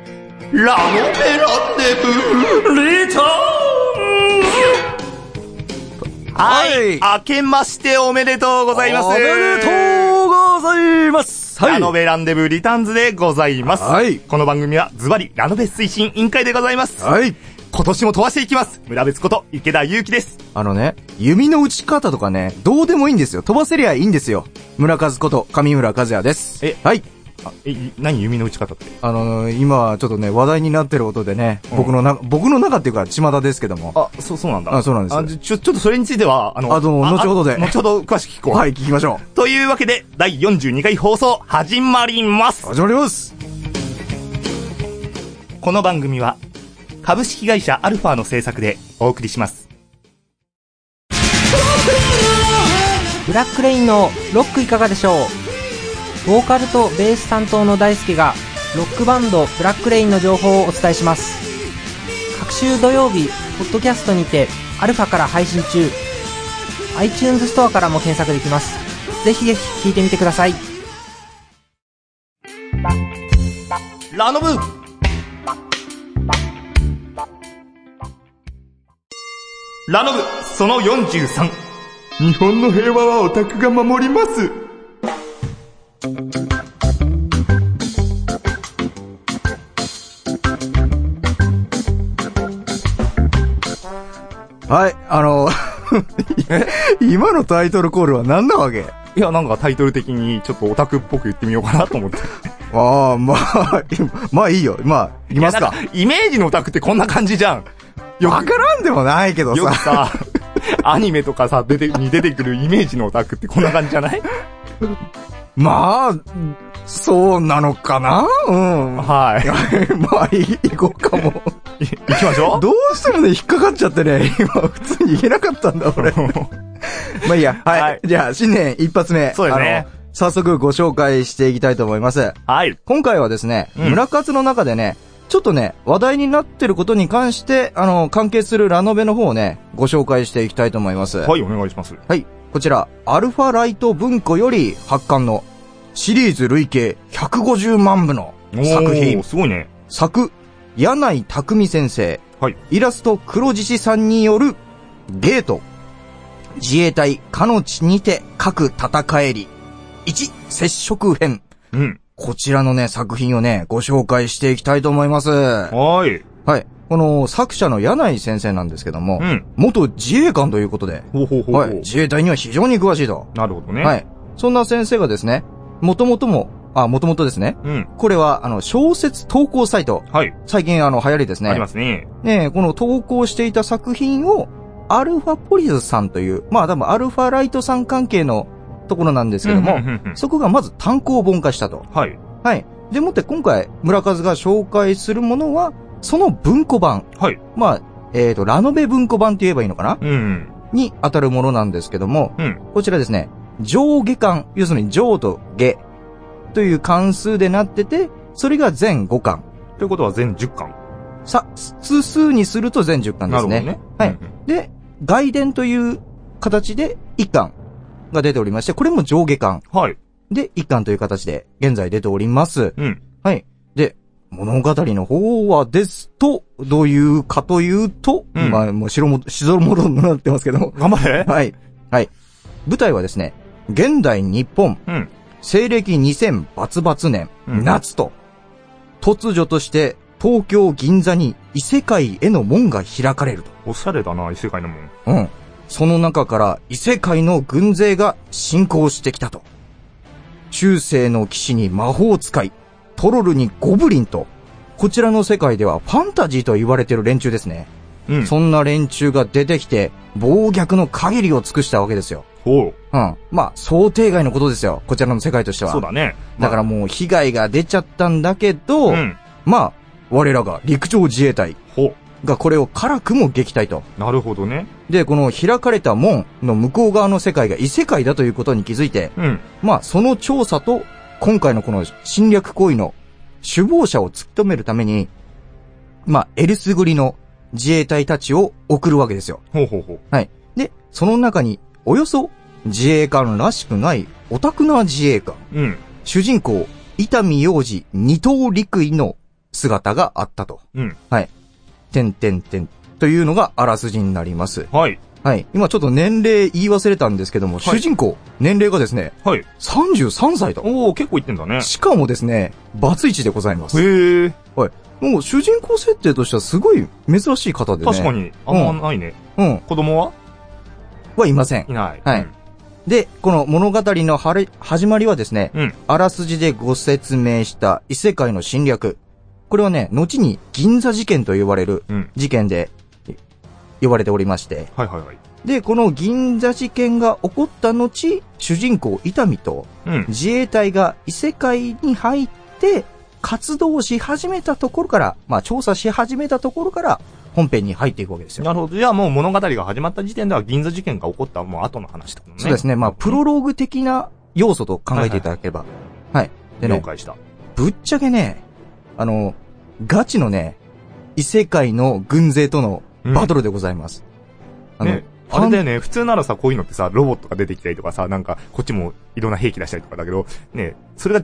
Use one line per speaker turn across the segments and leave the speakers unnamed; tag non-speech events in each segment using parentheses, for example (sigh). ラノベランデブーリターンはい、
は
明けましておめでとうございます。
おめでとうございます。は
ラノ
い。
ベランデブーリターンズでございます。
はい
この番組はズバリラノベ推進委員会でございます。
はい。
今年も飛ばしていきます。村別こと池田祐希です。
あのね、弓の打ち方とかね、どうでもいいんですよ。飛ばせりゃいいんですよ。村和こと、上村和也です。
え
はい。
あ、え、い何弓の打ち方って。
あのー、今、ちょっとね、話題になってることでね、
うん
僕のな、僕の中っていうか、巷ですけども。
あ、そう、そうなんだ。
あそうなんです
あ、ちょ、ちょっとそれについては、あの、
あどうも後ほどで
あ後ほど詳しく聞こう。
はい、聞きましょ
というわけで、第42回放送、始まります
う。。始まります。
この番組は、株式会社アルファの制作でお送りします。
ブラックレインのロックいかがでしょうボーカルとベース担当の大輔がロックバンドブラックレインの情報をお伝えします各週土曜日ポッドキャストにてアルファから配信中 iTunes ストアからも検索できますぜひぜひ聞いてみてください
ラノブラノブ、その43。日本の平和はオタクが守ります。
はい、
(laughs)
あのー、 (laughs) 今のタイトルコールは何なわけ
いや、なんかタイトル的にちょっとオタクっぽく言ってみようかなと思って。
ああ、まあ、 (laughs) まあいいよ。まあ、いきますか
(laughs) いや。なんイメージのオタクってこんな感じじゃん。よ
わからんでもないけど
く、よく
さ。
さ、アニメとかさ、出て、に出てくるイメージのオタクってこんな感じじゃ (laughs) ない
まあ、そうなのかなうん。 (laughs) ま
はい。
あ、いい、行こうかも。
(laughs) い行きましょう。
どうしてもね、引っかかっちゃってね、今、普通に言えなかったんだ、
(laughs)
俺。まあいいや。はい。
はい
じゃあ、新年一発目。
そうですね
あの。早速ご紹介していきたいと思います。
はい。
今回はですね、
うん
村活の中でね、ちょっとね、話題になってることに関して、あの、関係するラノベの方をね、ご紹介していきたいと思います。
はい、お願いします。
はい。こちら、アルファライト文庫より発刊のシリーズ累計150万部の作
おー
品。
すごいね。
作、柳井匠先生。
はい。
イラスト黒獅子さんによるゲート。自衛隊、かの地にて各戦えり。1、接触編。
うん。
こちらのね、作品をね、ご紹介していきたいと思います。は
はーい。
い。この作者の柳井先生なんですけども、
うん
元自衛官ということで、
ほうほうほうほう。
はい。自衛隊には非常に詳しいと。
なるほどね。
はい。そんな先生がですね、もともとも、あ、もともとですね、
うん。
これは、あの、小説投稿サイト。
はい。
最近、あの、流行りですね。
ありますね。
ねえ、この投稿していた作品を、アルファポリスさんという、まあ多分アルファライトさん関係のところなんですけども
うんうんうんうん、
そこがまず単行本化したと。
はい。
はい。でもって今回、村和が紹介するものは、その文庫版。
はい。
まあ、えっ、と、ラノベ文庫版って言えばいいのかな
うん。
に当たるものなんですけども、
うん。
こちらですね、上下巻、要するに上と下という関数でなってて、それが全5巻。
ということは全10巻。
さ、数数にすると全10巻で
なるほ
す
ど
ね。
ね。
はい
うんうん
で、外伝という形で1巻が出ておりまして、これも上下巻
はい。
で1巻という形で現在出ております。
うん。
はい。で、物語の方はですと、どういうかというと、
うん
まあ、もう白も、しぞろもろになってますけども。
頑張れ。
はい。はい。舞台はですね、現代日本、
うん。
西暦2000バツバツ年、
うん
夏と、突如として東京銀座に異世界への門が開かれると。
おしゃれだな、異世界のもん。
うん。その中から異世界の軍勢が侵攻してきたと。中世の騎士に魔法使い、トロルにゴブリンと、こちらの世界ではファンタジーと言われてる連中ですね。
うん。
そんな連中が出てきて、暴虐の限りを尽くしたわけですよ。
ほう。
うん。まあ、想定外のことですよ。こちらの世界としては。
そうだね。
だからもう被害が出ちゃったんだけど、
うん。
まあ、我らが陸上自衛隊
ほ
がこれを辛くも撃退と。
う。なるほどね。
で、この開かれた門の向こう側の世界が異世界だということに気づいて、
うん。
まあその調査と今回のこの侵略行為の首謀者を突き止めるために、まあエリスグリの自衛隊たちを送るわけですよ。
ほうほうほう。
はい。で、その中におよそ自衛官らしくないオタクな自衛官、
うん。
主人公、伊丹洋二二刀陸尉の姿があったと。
うん。
はい。点点点というのがあらすじになります。
はい。
はい。今ちょっと年齢言い忘れたんですけども、
い
主人公、年齢がですね、
はい。
33歳と。
おー、結構いってんだね。
しかもですね、バツイチでございます。
へえ。
はい。もう主人公設定としてはすごい珍しい方でね。
確か。に、あんまないね。
うん。
子供は
はいません
い。ない。
はいで、この物語のはれ始まりはですね、
うん。うん。
あらすじでご説明した異世界の侵略。これはね、後に銀座事件と呼ばれる
うん。
事件でえ呼ばれておりまして。
はいはいはい。
で、この銀座事件が起こった後、主人公伊丹と
うん。
自衛隊が異世界に入って活動をし始めたところから、まあ調査し始めたところから本編に入っていくわけですよ。
なるほど。じゃあもう物語が始まった時点では銀座事件が起こったもう後の話ってことね。
そうですね。まあプロローグ的な要素と考えていただければ。はい、で
了
ね、
解した。
ぶっちゃけね、あの、ガチのね、異世界の軍勢とのバトルでございます。あの、
ね。あれだよね、普通ならさ、こういうのってさ、ロボットが出てきたりとかさ、なんか、こっちもいろんな兵器出したりとかだけど、ね、それが、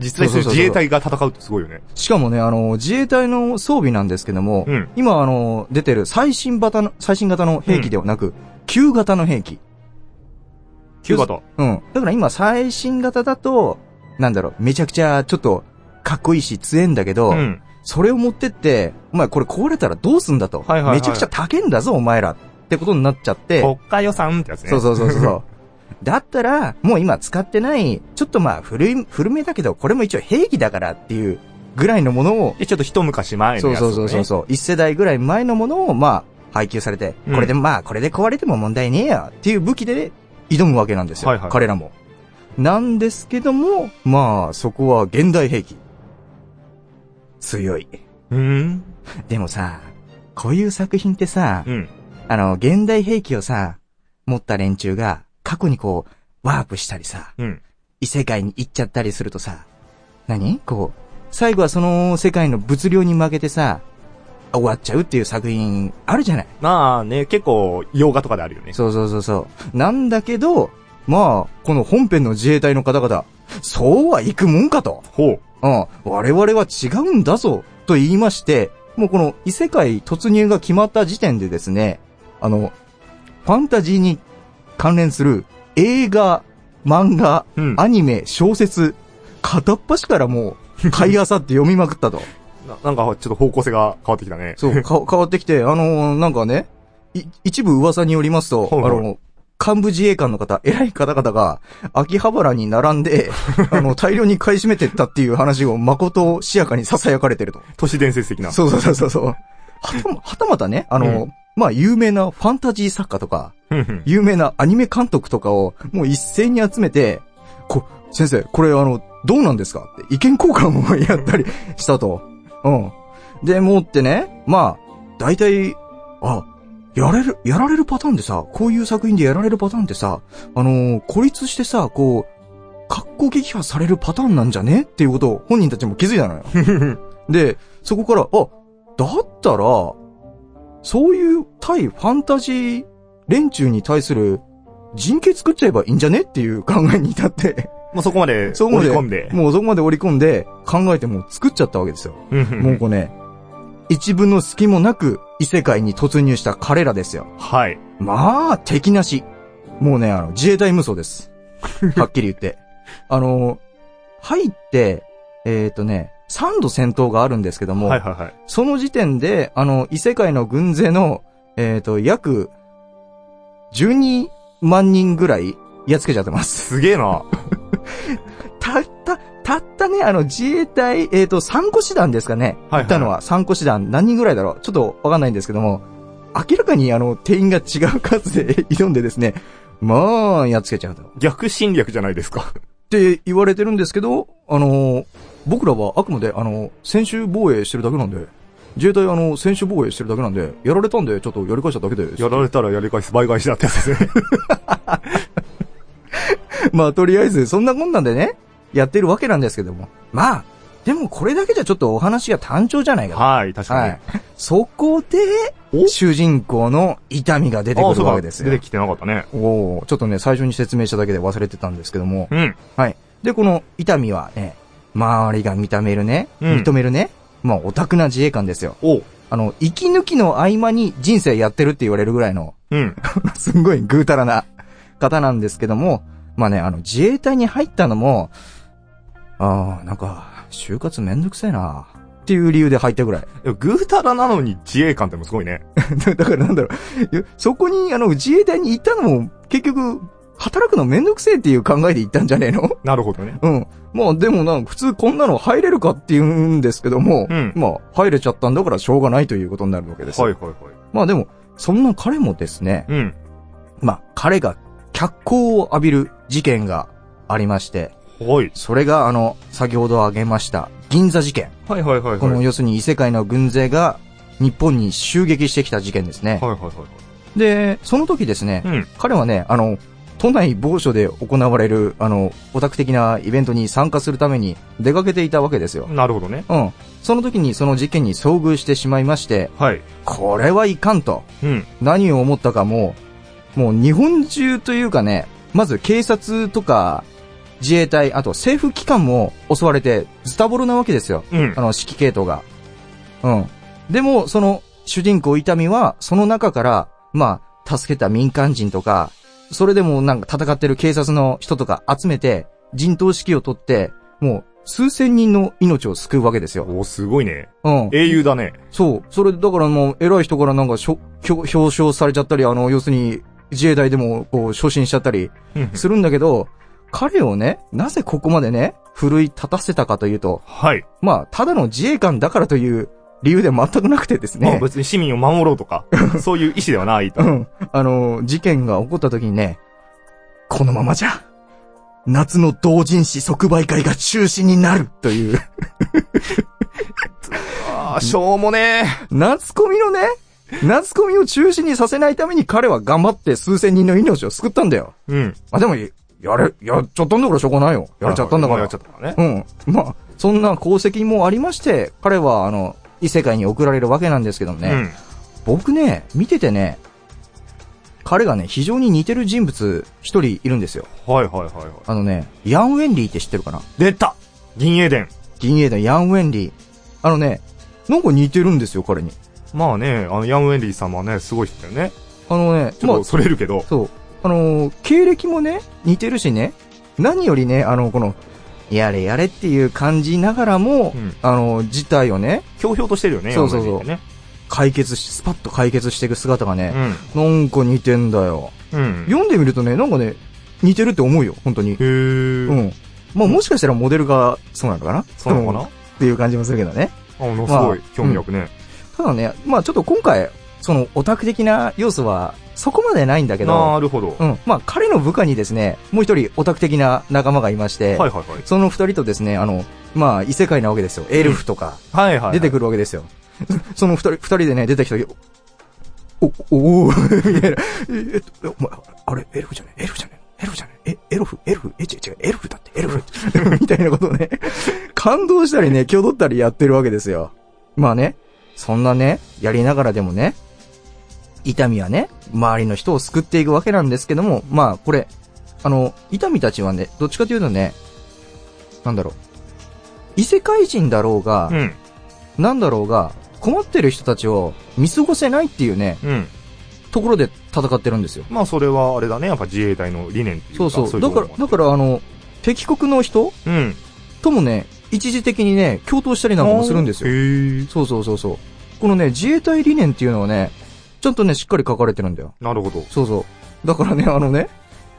実在する
そうそうそうそう
自衛隊が戦うってすごいよね。
しかもね、あの、自衛隊の装備なんですけども、
うん
今あの、出てる最新型の、最新型の兵器ではなく、旧型の兵器。
旧型。
うん。だから今最新型だと、なんだろう、めちゃくちゃちょっと、かっこいいし強えんだけど、
うん。
それを持ってって、お前これ壊れたらどうすんだと。
はいはいはい
めちゃくちゃ高えんだぞ、お前ら。ってことになっちゃって。
国家予算ってやつね。
そうそうそうそうそう。 (laughs) だったら、もう今使ってない、ちょっとまあ古い、古めだけど、これも一応兵器だからっていうぐらいのものを、
で、ちょっと一昔前の
そう
やつ、ね。
そうそうそうそう。一世代ぐらい前のものを、まあ、配給されて、
うん
これでまあ、これで壊れても問題ねえや、っていう武器で挑むわけなんですよ。
はいはい
彼らも。なんですけども、まあ、そこは現代兵器。強い。
う。うん。
でもさ、こういう作品ってさ、
うん。
あの、現代兵器をさ、持った連中が、過去にこう、ワープしたりさ、
うん。
異世界に行っちゃったりするとさ、何こう、最後はその世界の物量に負けてさ、終わっちゃうっていう作品あるじゃない
まあね、結構、洋画とかであるよね。
そうそうそうそう。なんだけど、まあ、この本編の自衛隊の方々、そうはいくもんかと。
ほう。
うん、我々は違うんだぞ、と言いまして、もうこの異世界突入が決まった時点でですね、あの、ファンタジーに関連する映画、漫画、
うん
アニメ、小説、片っ端からもう、買い漁って読みまくったと。
ななんか、ちょっと方向性が変わってきたね。
(laughs) そう、か変わってきて、あのーなんかね、い一部噂によりますと、
はいはい
あの、幹部自衛官の方、偉い方々が、秋葉原に並ん (laughs) で、あの、大量に買い占めてったっていう話を、誠をしやかに囁かれてると。
都市伝説的な。
そうそうそうそうそう。はたま、はたまたね、あの、
う
まあ、有名なファンタジー作家とか、
うんうん。
有名なアニメ監督とかを、もう一斉に集めて、こ、先生、これあの、どうなんですかって意見交換をやったりしたと。うん。で、もってね、まあ、大体、あ、やれる、やられるパターンでさ、こういう作品でやられるパターンってさ、あのー孤立してさ、こう、格好撃破されるパターンなんじゃねっていうことを本人たちも気づいたのよ。で、そこから、あ、だったら、そういう対ファンタジー連中に対する人権作っちゃえばいいんじゃねっていう考えに
(laughs)
至って、
もうそこまで、
そこまで
織り込んで。
もうそこまで織り込んで考えてもう作っちゃったわけですよ。
うんうん
もうこうね、一分の隙もなく異世界に突入した彼らですよ。
はい。
まあ、敵なし。もうね、あの、自衛隊無双
(laughs)
です。はっきり言って。あの、入って、えっ、とね、3度戦闘があるんですけども、
はいはいはい。
その時点で、あの、異世界の軍勢の、えっ、と、約、12万人ぐらい、やっつけちゃってます。
すげえな。
たった、たったね、あの、自衛隊、えっ、と、3個師団ですかね。
はいはい
行ったのは3個師団、何人ぐらいだろうちょっとわかんないんですけども、明らかにあの、定員が違う数で挑んでですね、まあ、やっつけちゃうと。っ
逆侵略じゃないですか。
て言われてるんですけど、あの、僕らはあくまで、あの、先週防衛してるだけなんで、自衛隊あの、先週防衛してるだけなんで、やられたんで、ちょっとやり返しただけです。
やられたらやり返す倍返しだってやつですね。
(laughs) まあ、とりあえず、そんなこんなんでね、やってるわけなんですけども。まあ、でもこれだけじゃちょっとお話が単調じゃないか
はい、確
と。
か
(laughs) は
に
い。。そこで、
お
主人公の痛みが出て
あ
く
あ、そ
る
う
わ
か。
けです
出
よ
て。きてなかったね。
おーちょっとね、最初に説明しただけで忘れてたんですけども。
うん。
はい。で、この痛みはね、周りが認めるね、
うん
認めるね、まあ、オタクな自衛官ですよ。
おう。
あの、息抜きの合間に人生やってるって言われるぐらいの、 (laughs)
うん。
すんごいぐうたらな方なんですけども、まあね、あの、自衛隊に入ったのも、ああ、なんか、就活めんどくせえな、っていう理由で入ったぐらい。 (laughs)
でもぐうたらなのに自衛官ってのもすごいね。
だからなんだろういや、そこに、あの、自衛隊に行ったのも、結局、働くのめんどくせえっていう考えで行ったんじゃねえの
なるほどね。
うん。まあでもな、普通こんなの入れるかって言うんですけども、
うん
まあ入れちゃったんだからしょうがないということになるわけですよ。
はいはいはい。
まあでも、そんな彼もですね、
うん。
まあ彼が脚光を浴びる事件がありまして、
はい。
それがあの、先ほど挙げました、銀座事件。
はいはいはいはい。
この要するに異世界の軍勢が日本に襲撃してきた事件ですね。
はいはいはいはい。
で、その時ですね、
うん。
彼はね、あの、都内某所で行われる、あの、オタク的なイベントに参加するために出かけていたわけですよ。
なるほどね。
うん。その時にその事件に遭遇してしまいまして、
はい。
これはいかんと。
うん。
何を思ったかもう、もう日本中というかね、まず警察とか、自衛隊、あと政府機関も襲われて、ズタボロなわけですよ。
うん
あ。の、指揮系統が。うん。でも、その、主人公伊丹は、その中から、まあ、助けた民間人とか、それでもなんか戦ってる警察の人とか集めて、陣頭指揮を取って、もう、数千人の命を救うわけですよ。
お、すごいね。
うん。
英雄だね。
そう。それ、だからもう、偉い人からなんかしょ、表表彰されちゃったり、あの、要するに、自衛隊でも、こう、昇進しちゃったり、
うん
するんだけど、彼をね、なぜここまでね、奮い立たせたかというと、
はい。
まあ、ただの自衛官だからという理由では全くなくてです
まあ
ね。
別に市民を守ろうと
(laughs)
か、そういう意思ではないと。
うん。あの、事件が起こった時にね、このままじゃ、夏の同人誌即売会が中止になるという、
ああ、しょうもね
夏コミのね、夏コミを中止にさせないために彼は頑張って数千人の命を救ったんだよ。
え。うん。
あ、でも、やれ、やっちゃったんだからしょうがないよ。やれちゃったんだか
まあや
ら
っちゃ。ったからね。
うん。まあ、そんな功績もありまして、彼は、あの、異世界に送られるわけなんですけどもね。
うん。
僕ね、見ててね、彼がね、非常に似てる人物一人いるんですよ。
はいはいはいは。
あのね、ヤン・ウェンリーって知ってるかない
出た銀英伝。
銀英のヤン・ウェンリー。あのね、なんか似てるんですよ、彼に。
まあね、あの、ヤンウェンリーさんはね、すごい人だよね。
あのね、
ち
ま
ょっ
あ
と、それるけど。
そう。あのー経歴もね、似てるしね、何よりね、あの、この、やれやれっていう感じながらも、
うん
あのー事態をね、
ひょうひょうとしてるよね、
そうそうそう
ヤンウェンリーって
解決し、スパッと解決していく姿がね、
ね。
なんか似てんだよ。
うん。うん。
読んでみるとね、なんかね、似てるって思うよ、本当に。
へ
う
ー。
ん。まあもしかしたらモデルがそうなのかな
そうなの
ん
か
っていう感じもするけどね。
なあの、す
まあ
ごい、興味くね。
ただね、まあちょっと今回、そのオタク的な要素はそこまでないんだけ
な
ど、
るほど。
う
は
ん。まあ彼の部下にですね、もう一人オタク的な仲間がいまして、
いはいはい。
その二人とですね、あの、まあ異世界なわけですよ。エルフとか
はいはい。
出て
る。
くるわけですよ。 (laughs) その二人、二人でね、出てきた時、お、おおー (laughs) みたいな。え、えっと、お前、あれ、エルフじゃねエルフじゃねエルフじゃねえ、エルフ、エルフ、え、違う違う、エルフだって、エルフ。 (laughs) みたいなことをね、感動したりね、気を取ったりやってるわけですよ。まあね、そんなね、やりながらでもね、痛みはね、周りの人を救っていくわけなんですけども、まあこれ、あの、痛みたちはね、どっちかというとね、なんだろう、異世界人だろうが、
うん。
なんだろうが、困ってる人たちを見過ごせないっていうね、
うん。
ところで戦ってるんですよ。
まあ、それはあれだね。やっぱ自衛隊の理念っていう
そ
か。
うそう。
い
だ
とこ
か
ろ
ら、
も
だからあの、敵国の人
うん。
ともね、一時的にね、共闘したりなんかもするんですよ。
へえ。
そうそうそうそう。このね、自衛隊理念っていうのはね、ちゃんとね、しっかり書かれてるんだよ。
なるほど。
そうそう。だからね、あのね、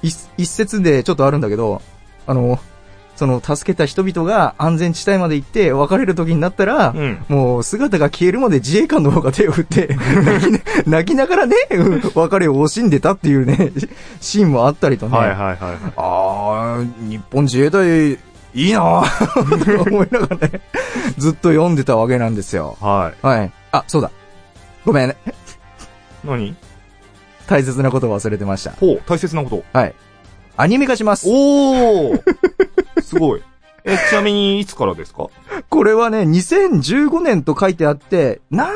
一一説でちょっとあるんだけど、あの、その、助けた人々が安全地帯まで行って、別れる時になったら、
うん。
もう姿が消えるまで自衛官の方が手を振って、泣
(laughs)
きな泣きながらね、うん別れを惜しんでたっていうね、シーンもあったりとね。
はいはいはいはい。
あー、日本自衛隊、いいな
(laughs)
ぁと思いながらね、ずっと読んでたわけなんですよ。
は
はい。あ、そうだ。ごめんね。
い。何
大切なこと忘れてました。
ほう、大切なこと。
はい。アニメ化します。
おーすごい。え、ちなみに、いつからですか
これはね、2015年と書いてあって、何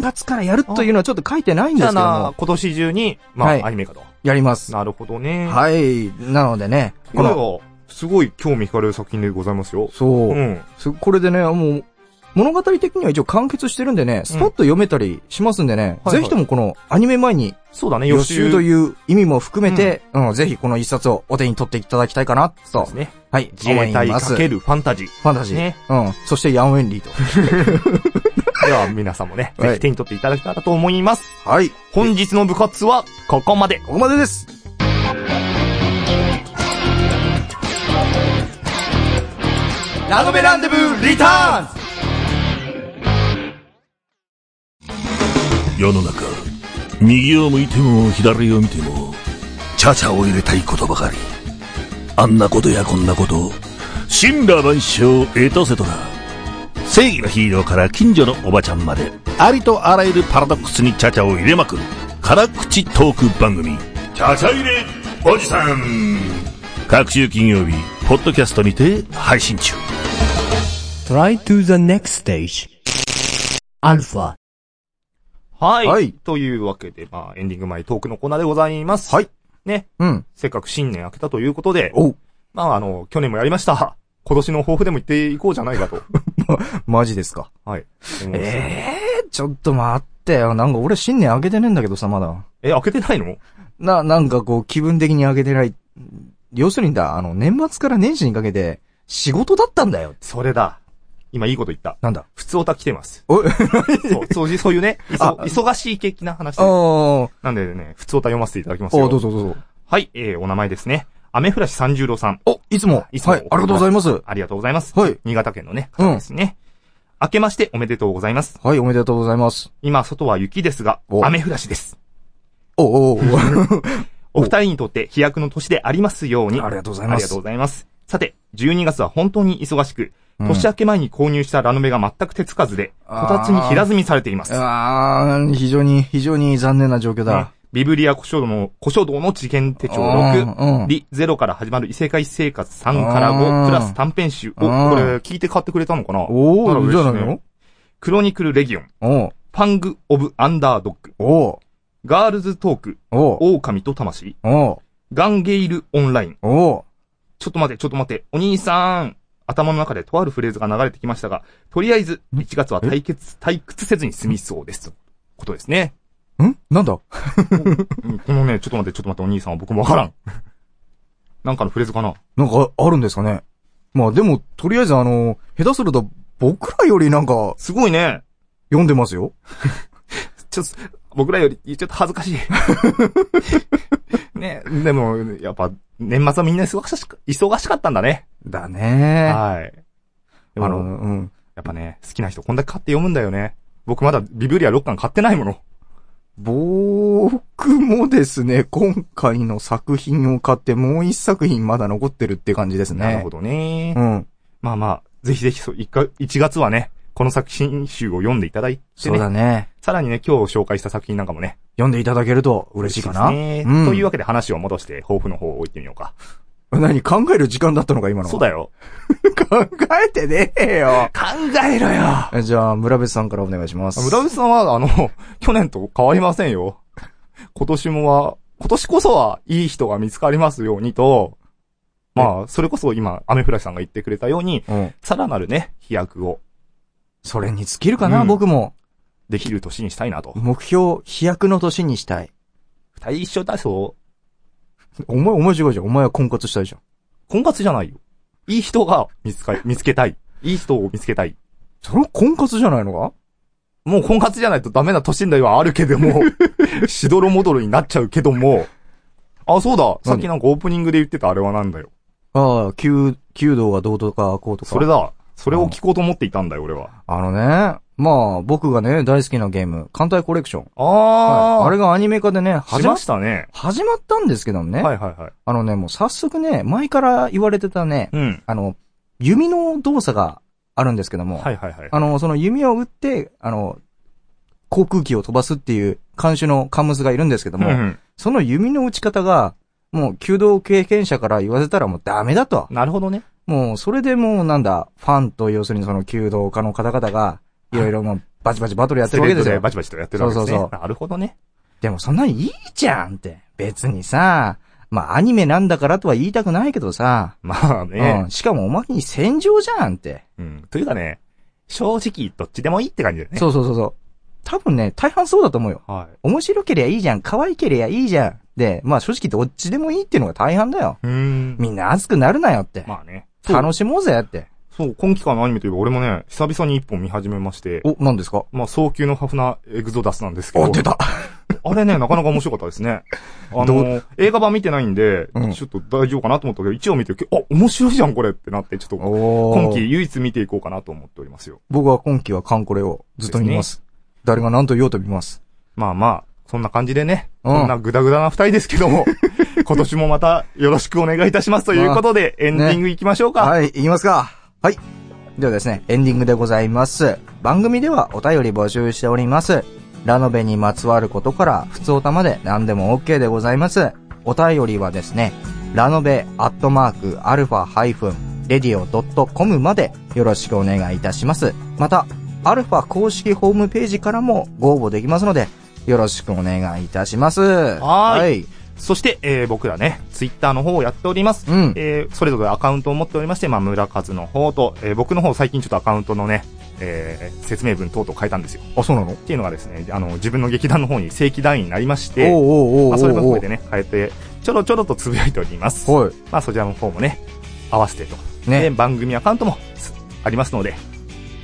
月からやるというのはちょっと書いてないん
じ
で
ゃあ
すけど
な
も、、
今年中に、まあ、
はい
アニメ化と。
やります。
なるほどね。い。
はい。なのでね、
これは、すごい興味惹かれる作品でございますよ。
そうう。
ん。
すこれでね、もう、物語的には一応完結してるんでね、スパッと読めたりしますんでね、
はいはい
ぜひともこのアニメ前に
そうだね、
予
予習
習という意味も含めて、うん、ぜひこの一冊をお手に取っていただきたいかな、
そうで
と
す、ね。
はい、
自
思
衛
い
隊
ます。
かけるファンタジー。
ファンタジー。
ね
うん。そしてヤンウェンリーと。
では皆さんもね、
はい
ぜひ手に取っていただけたらと思います。
はい。
本日の部活はここまで。
ここまでです。ラノベランデブーリターンズ
世の中右を向いても左を見てもチャチャを入れたいことばかりあんなことやこんなこと神羅万象エトセトラ正義のヒーローから近所のおばちゃんまでありとあらゆるパラドックスにチャチャを入れまくる辛口トーク番組チャチャ入れおじさん各週金曜日ポッドキャストにて配信中
Try to the next stage. Alpha.
はい。
はい
というわけで、まあ、エンディング前トークのコーナーでございます。
はい。
ね、
うん。
せっかく新年明けたということで、
おう
まあ、あの、去年もやりました。今年の抱負でも言っていこうじゃないか
(laughs)
と。
マジですか。
はい。え
ええー、ちょっと待ってよ。なんか俺新年あげてねえんだけどさ、まだ。
え、開けてないの
な、なんかこう、気分的にあげてない。要するにだ、あの、年末から年始にかけて、仕事だったんだよ。
それだ。今いいこと言った。
なんだ。
普通オタ来てます。
(laughs)
そ
お
う、そういう、そういうね、いそ
(laughs) あ
忙しい的な話
あ
で
あ、
す。
お
なんでね、普通オタ読ませていただきますよ。
どうぞどうぞ。
はい、えー、お名前ですね。アメフラシ三十郎さん。
お、いつも。
いつも
はい、ありがとうございます。
ありがとうございます。
はい。
新潟県のね、方ですね。明けましておめでとうございます。
はい、おめでとうございます。
今、外は雪ですが、
お
雨降らしです。
おうおう
(laughs)
おう
お二人にとって飛躍の年でありますように。
ありがとうございます
ありがとうございます。さて、12月は本当に忙しく、年明け前に購入したラノベが全く手つかずで、こ
あー
たつに平積みされています。
あー非常に、非常に残念な状況
ね
だ。
ビブリア古書道の、古書道の事件手帳
うんう
6、
ん
リ0から始まる異世界生活3から
うん
5、プラス短編集。お、こ
うん
れ聞いて買ってくれたのかな
お
なら
お
嬉
じ
し
ゃ
ね
ないの
クロニクルレギオン、
おう
ファング・オブ・アンダードッグ、
おう
ガールズ・トーク、
おう
狼と魂、
おう
ガンゲイル・オンライン。
おう
ちょっと待て、ちょっと待て、お兄さん。頭の中でとあるフレーズが流れてきましたが、とりあえず、1月は退屈、退屈せずに済みそうです。とことですね。
んなんだ
うんこのね、ちょっと待って、ちょっと待って、お兄さんは僕もわからん。なんかのフレーズかな
なんかあるんですかねまあでも、とりあえずあの、下手すると僕らよりなんか
すごいね。
読んでますよ。
ちょっと、僕らより、ちょっと恥ずかしい。ね、でも、やっぱ、年末はみんな忙しか忙しかったんだね。
だねあ
はい。でもあ
の、
の、
うん。
やっぱね、好きな人こんだけ買って読むんだよね。僕まだビブリア6巻買ってないもの。
僕もですね、今回の作品を買ってもう一作品まだ残ってるって感じですね。
なるほどね。
うん。
まあまあ、ぜひぜひそう、一か1月はね、この作品集を読んでいただいて
そう
ね。
だね。
さらにね、今日紹介した作品なんかもね。
読んでいただけると嬉しいかな。
ですね
うん、
というわけで話を戻して、抱負の方を置いてみようか。
何考える時間だったのか、今のは
そうだよ。
考えてねえよ。
考えろよ
じゃあ、村部さんからお願いします。
村口さんは、あの、去年と変わりませんよ。今年もは、今年こそはいい人が見つかりますようにと、まあ、それこそ今、アメフラシさんが言ってくれたように、
うん。
さらなるね、飛躍を
それに尽きるかな、
うん
僕も。
できる年にしたいなと。
目標、飛躍の年にしたい。
二人一緒だぞ。
お前、お前違うじゃん。お前は婚活したいじゃん。
婚活じゃないよ。いい人が見つか、見つけたい。いい人を見つけたい。
それは婚活じゃないのか
もう婚活じゃないとダメな年代はあるけど (laughs) も、しどろもどろになっちゃうけども、あ、そうだ。さっきなんかオープニングで言ってたあれはなんだよ。
ああ、弓弓道がどうとか、こうとか。
それ。だ。それを聞こうと思っていたんだよ、俺は。
あのね、まあ、僕がね、大好きなゲーム、艦隊コレクション。
あ
はい
あ、
あれがアニメ化でね、
し
始ま
ま
っ
したね。
始まったんですけどもね。
はいはいはい。
あのね、もう早速ね、前から言われてたね、
うん。
あの、弓の動作があるんですけども。
はいはいはい。
あの、その弓を撃って、あの、航空機を飛ばすっていう監修のカンムスがいるんですけども、
うん
その弓の打ち方が、もう、弓道経験者から言わせたらもうダメだと
う。んなるほどね。
もう、それでもうなんだ、ファンと要するにその弓道家の方々が、いろいろもう、バチバチバトルやってるわけですよ
バ。チバチとやってるわけです
そう
ね
そ。う
なるほどね。
でもそんなんいいじゃんって。別にさ、まあ、アニメなんだからとは言いたくないけどさ、
まあ
う
ね。
ん。しかもおまけに戦場じゃんって。
うん。というかね、正直、どっちでもいいって感じだよね。
そうそうそうそう。多分ね、大半そうだと思うよ。
は
面白けりゃいいじゃん。可愛けりゃいいじゃん。で、まあ正直どっちでもいいっていうのが大半だよ。
い。うーん。
みんな熱くなるなよって。
まあね。
楽しもうぜって。
そう、今期間のアニメといえば俺もね、久々に一本見始めまして、
お、何ですか
まあ、早急のハフナエグゾダスなんですけど
あ、、出 (laughs) た。
あれね、なかなか面白かったです
(laughs)
ね。あ
ど
の、映画版見てないんで、
うん
ちょっと大丈夫かなと思ったけど、一応見て、あ、面白いじゃん、これってなって、ちょっと、
お
今期。唯一見ていこうかなと思っておりますよ。
僕は今期はカンコレをずっと見ます。誰が何と言おうと見ます。
まあまあ、そんな感じでね、
うん
そんなグダグダな二人ですけど
(laughs)
も、今年もまたよろしくお願いいたしますということで、エンディングいきましょうか。
はい、言いますか。はい。ではですね、エンディングでございます。番組ではお便り募集しております。ラノベにまつわることから、普通おたまで何でも OK でございます。お便りはですね、ラノベアットマークアルファハイフンレディオドットコムまでよろしくお願いいたします。また、アルファ公式ホームページからもご応募できますので、よろしくお願いいたします。
はーい
はい。
そして、えー僕らね、ツイッターの方をやっております。
うん。
えーそれぞれアカウントを持っておりまして、まあ、村和の方と、えー僕の方最近ちょっとアカウントのね、えー説明文等々変えたんですよ。
あ、そうなの
っていうのがですね、あの、自分の劇団の方に正規団員になりまし
おう
て、
おうおうおうおう
まあ、それも含めてね、変えて、ちょろちょろとつぶやいております。
は
まあ、そちらの方もね、合わせてと。
い。ね
で、。番組アカウントもすありますので、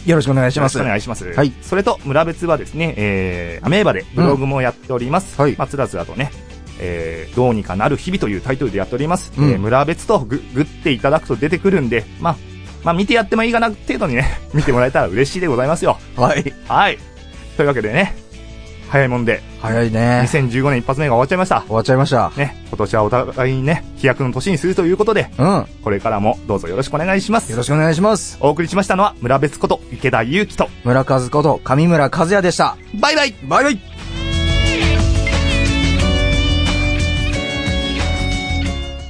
よろしくお願いし
よろ
ま
し
す。
くお願いします。
はい
それと、村別はですね、えー、アメーバでブログもやっております。
うんはい
まあ、つらつらとね、えー、どうにかなる日々というタイトルでやっております。
うん
えー村別とググっていただくと出てくるんで、まあ、まあ、見てやってもいいかな程度にね、 (laughs) 見てもらえたら嬉しいでございますよ。
はい。
はい。というわけでね、早いもんで、
早いね。
2015年一発目が終わっちゃいました。
終わっちゃいました。
ね、今年はお互いにね、飛躍の年にするということで、
うん。
これからもどうぞよろしくお願いします
よろ。しくお願いします。
お送りしましたのは、村別こと池田祐希と、
村和こと上村和也でした。
バイバイ
バイバイ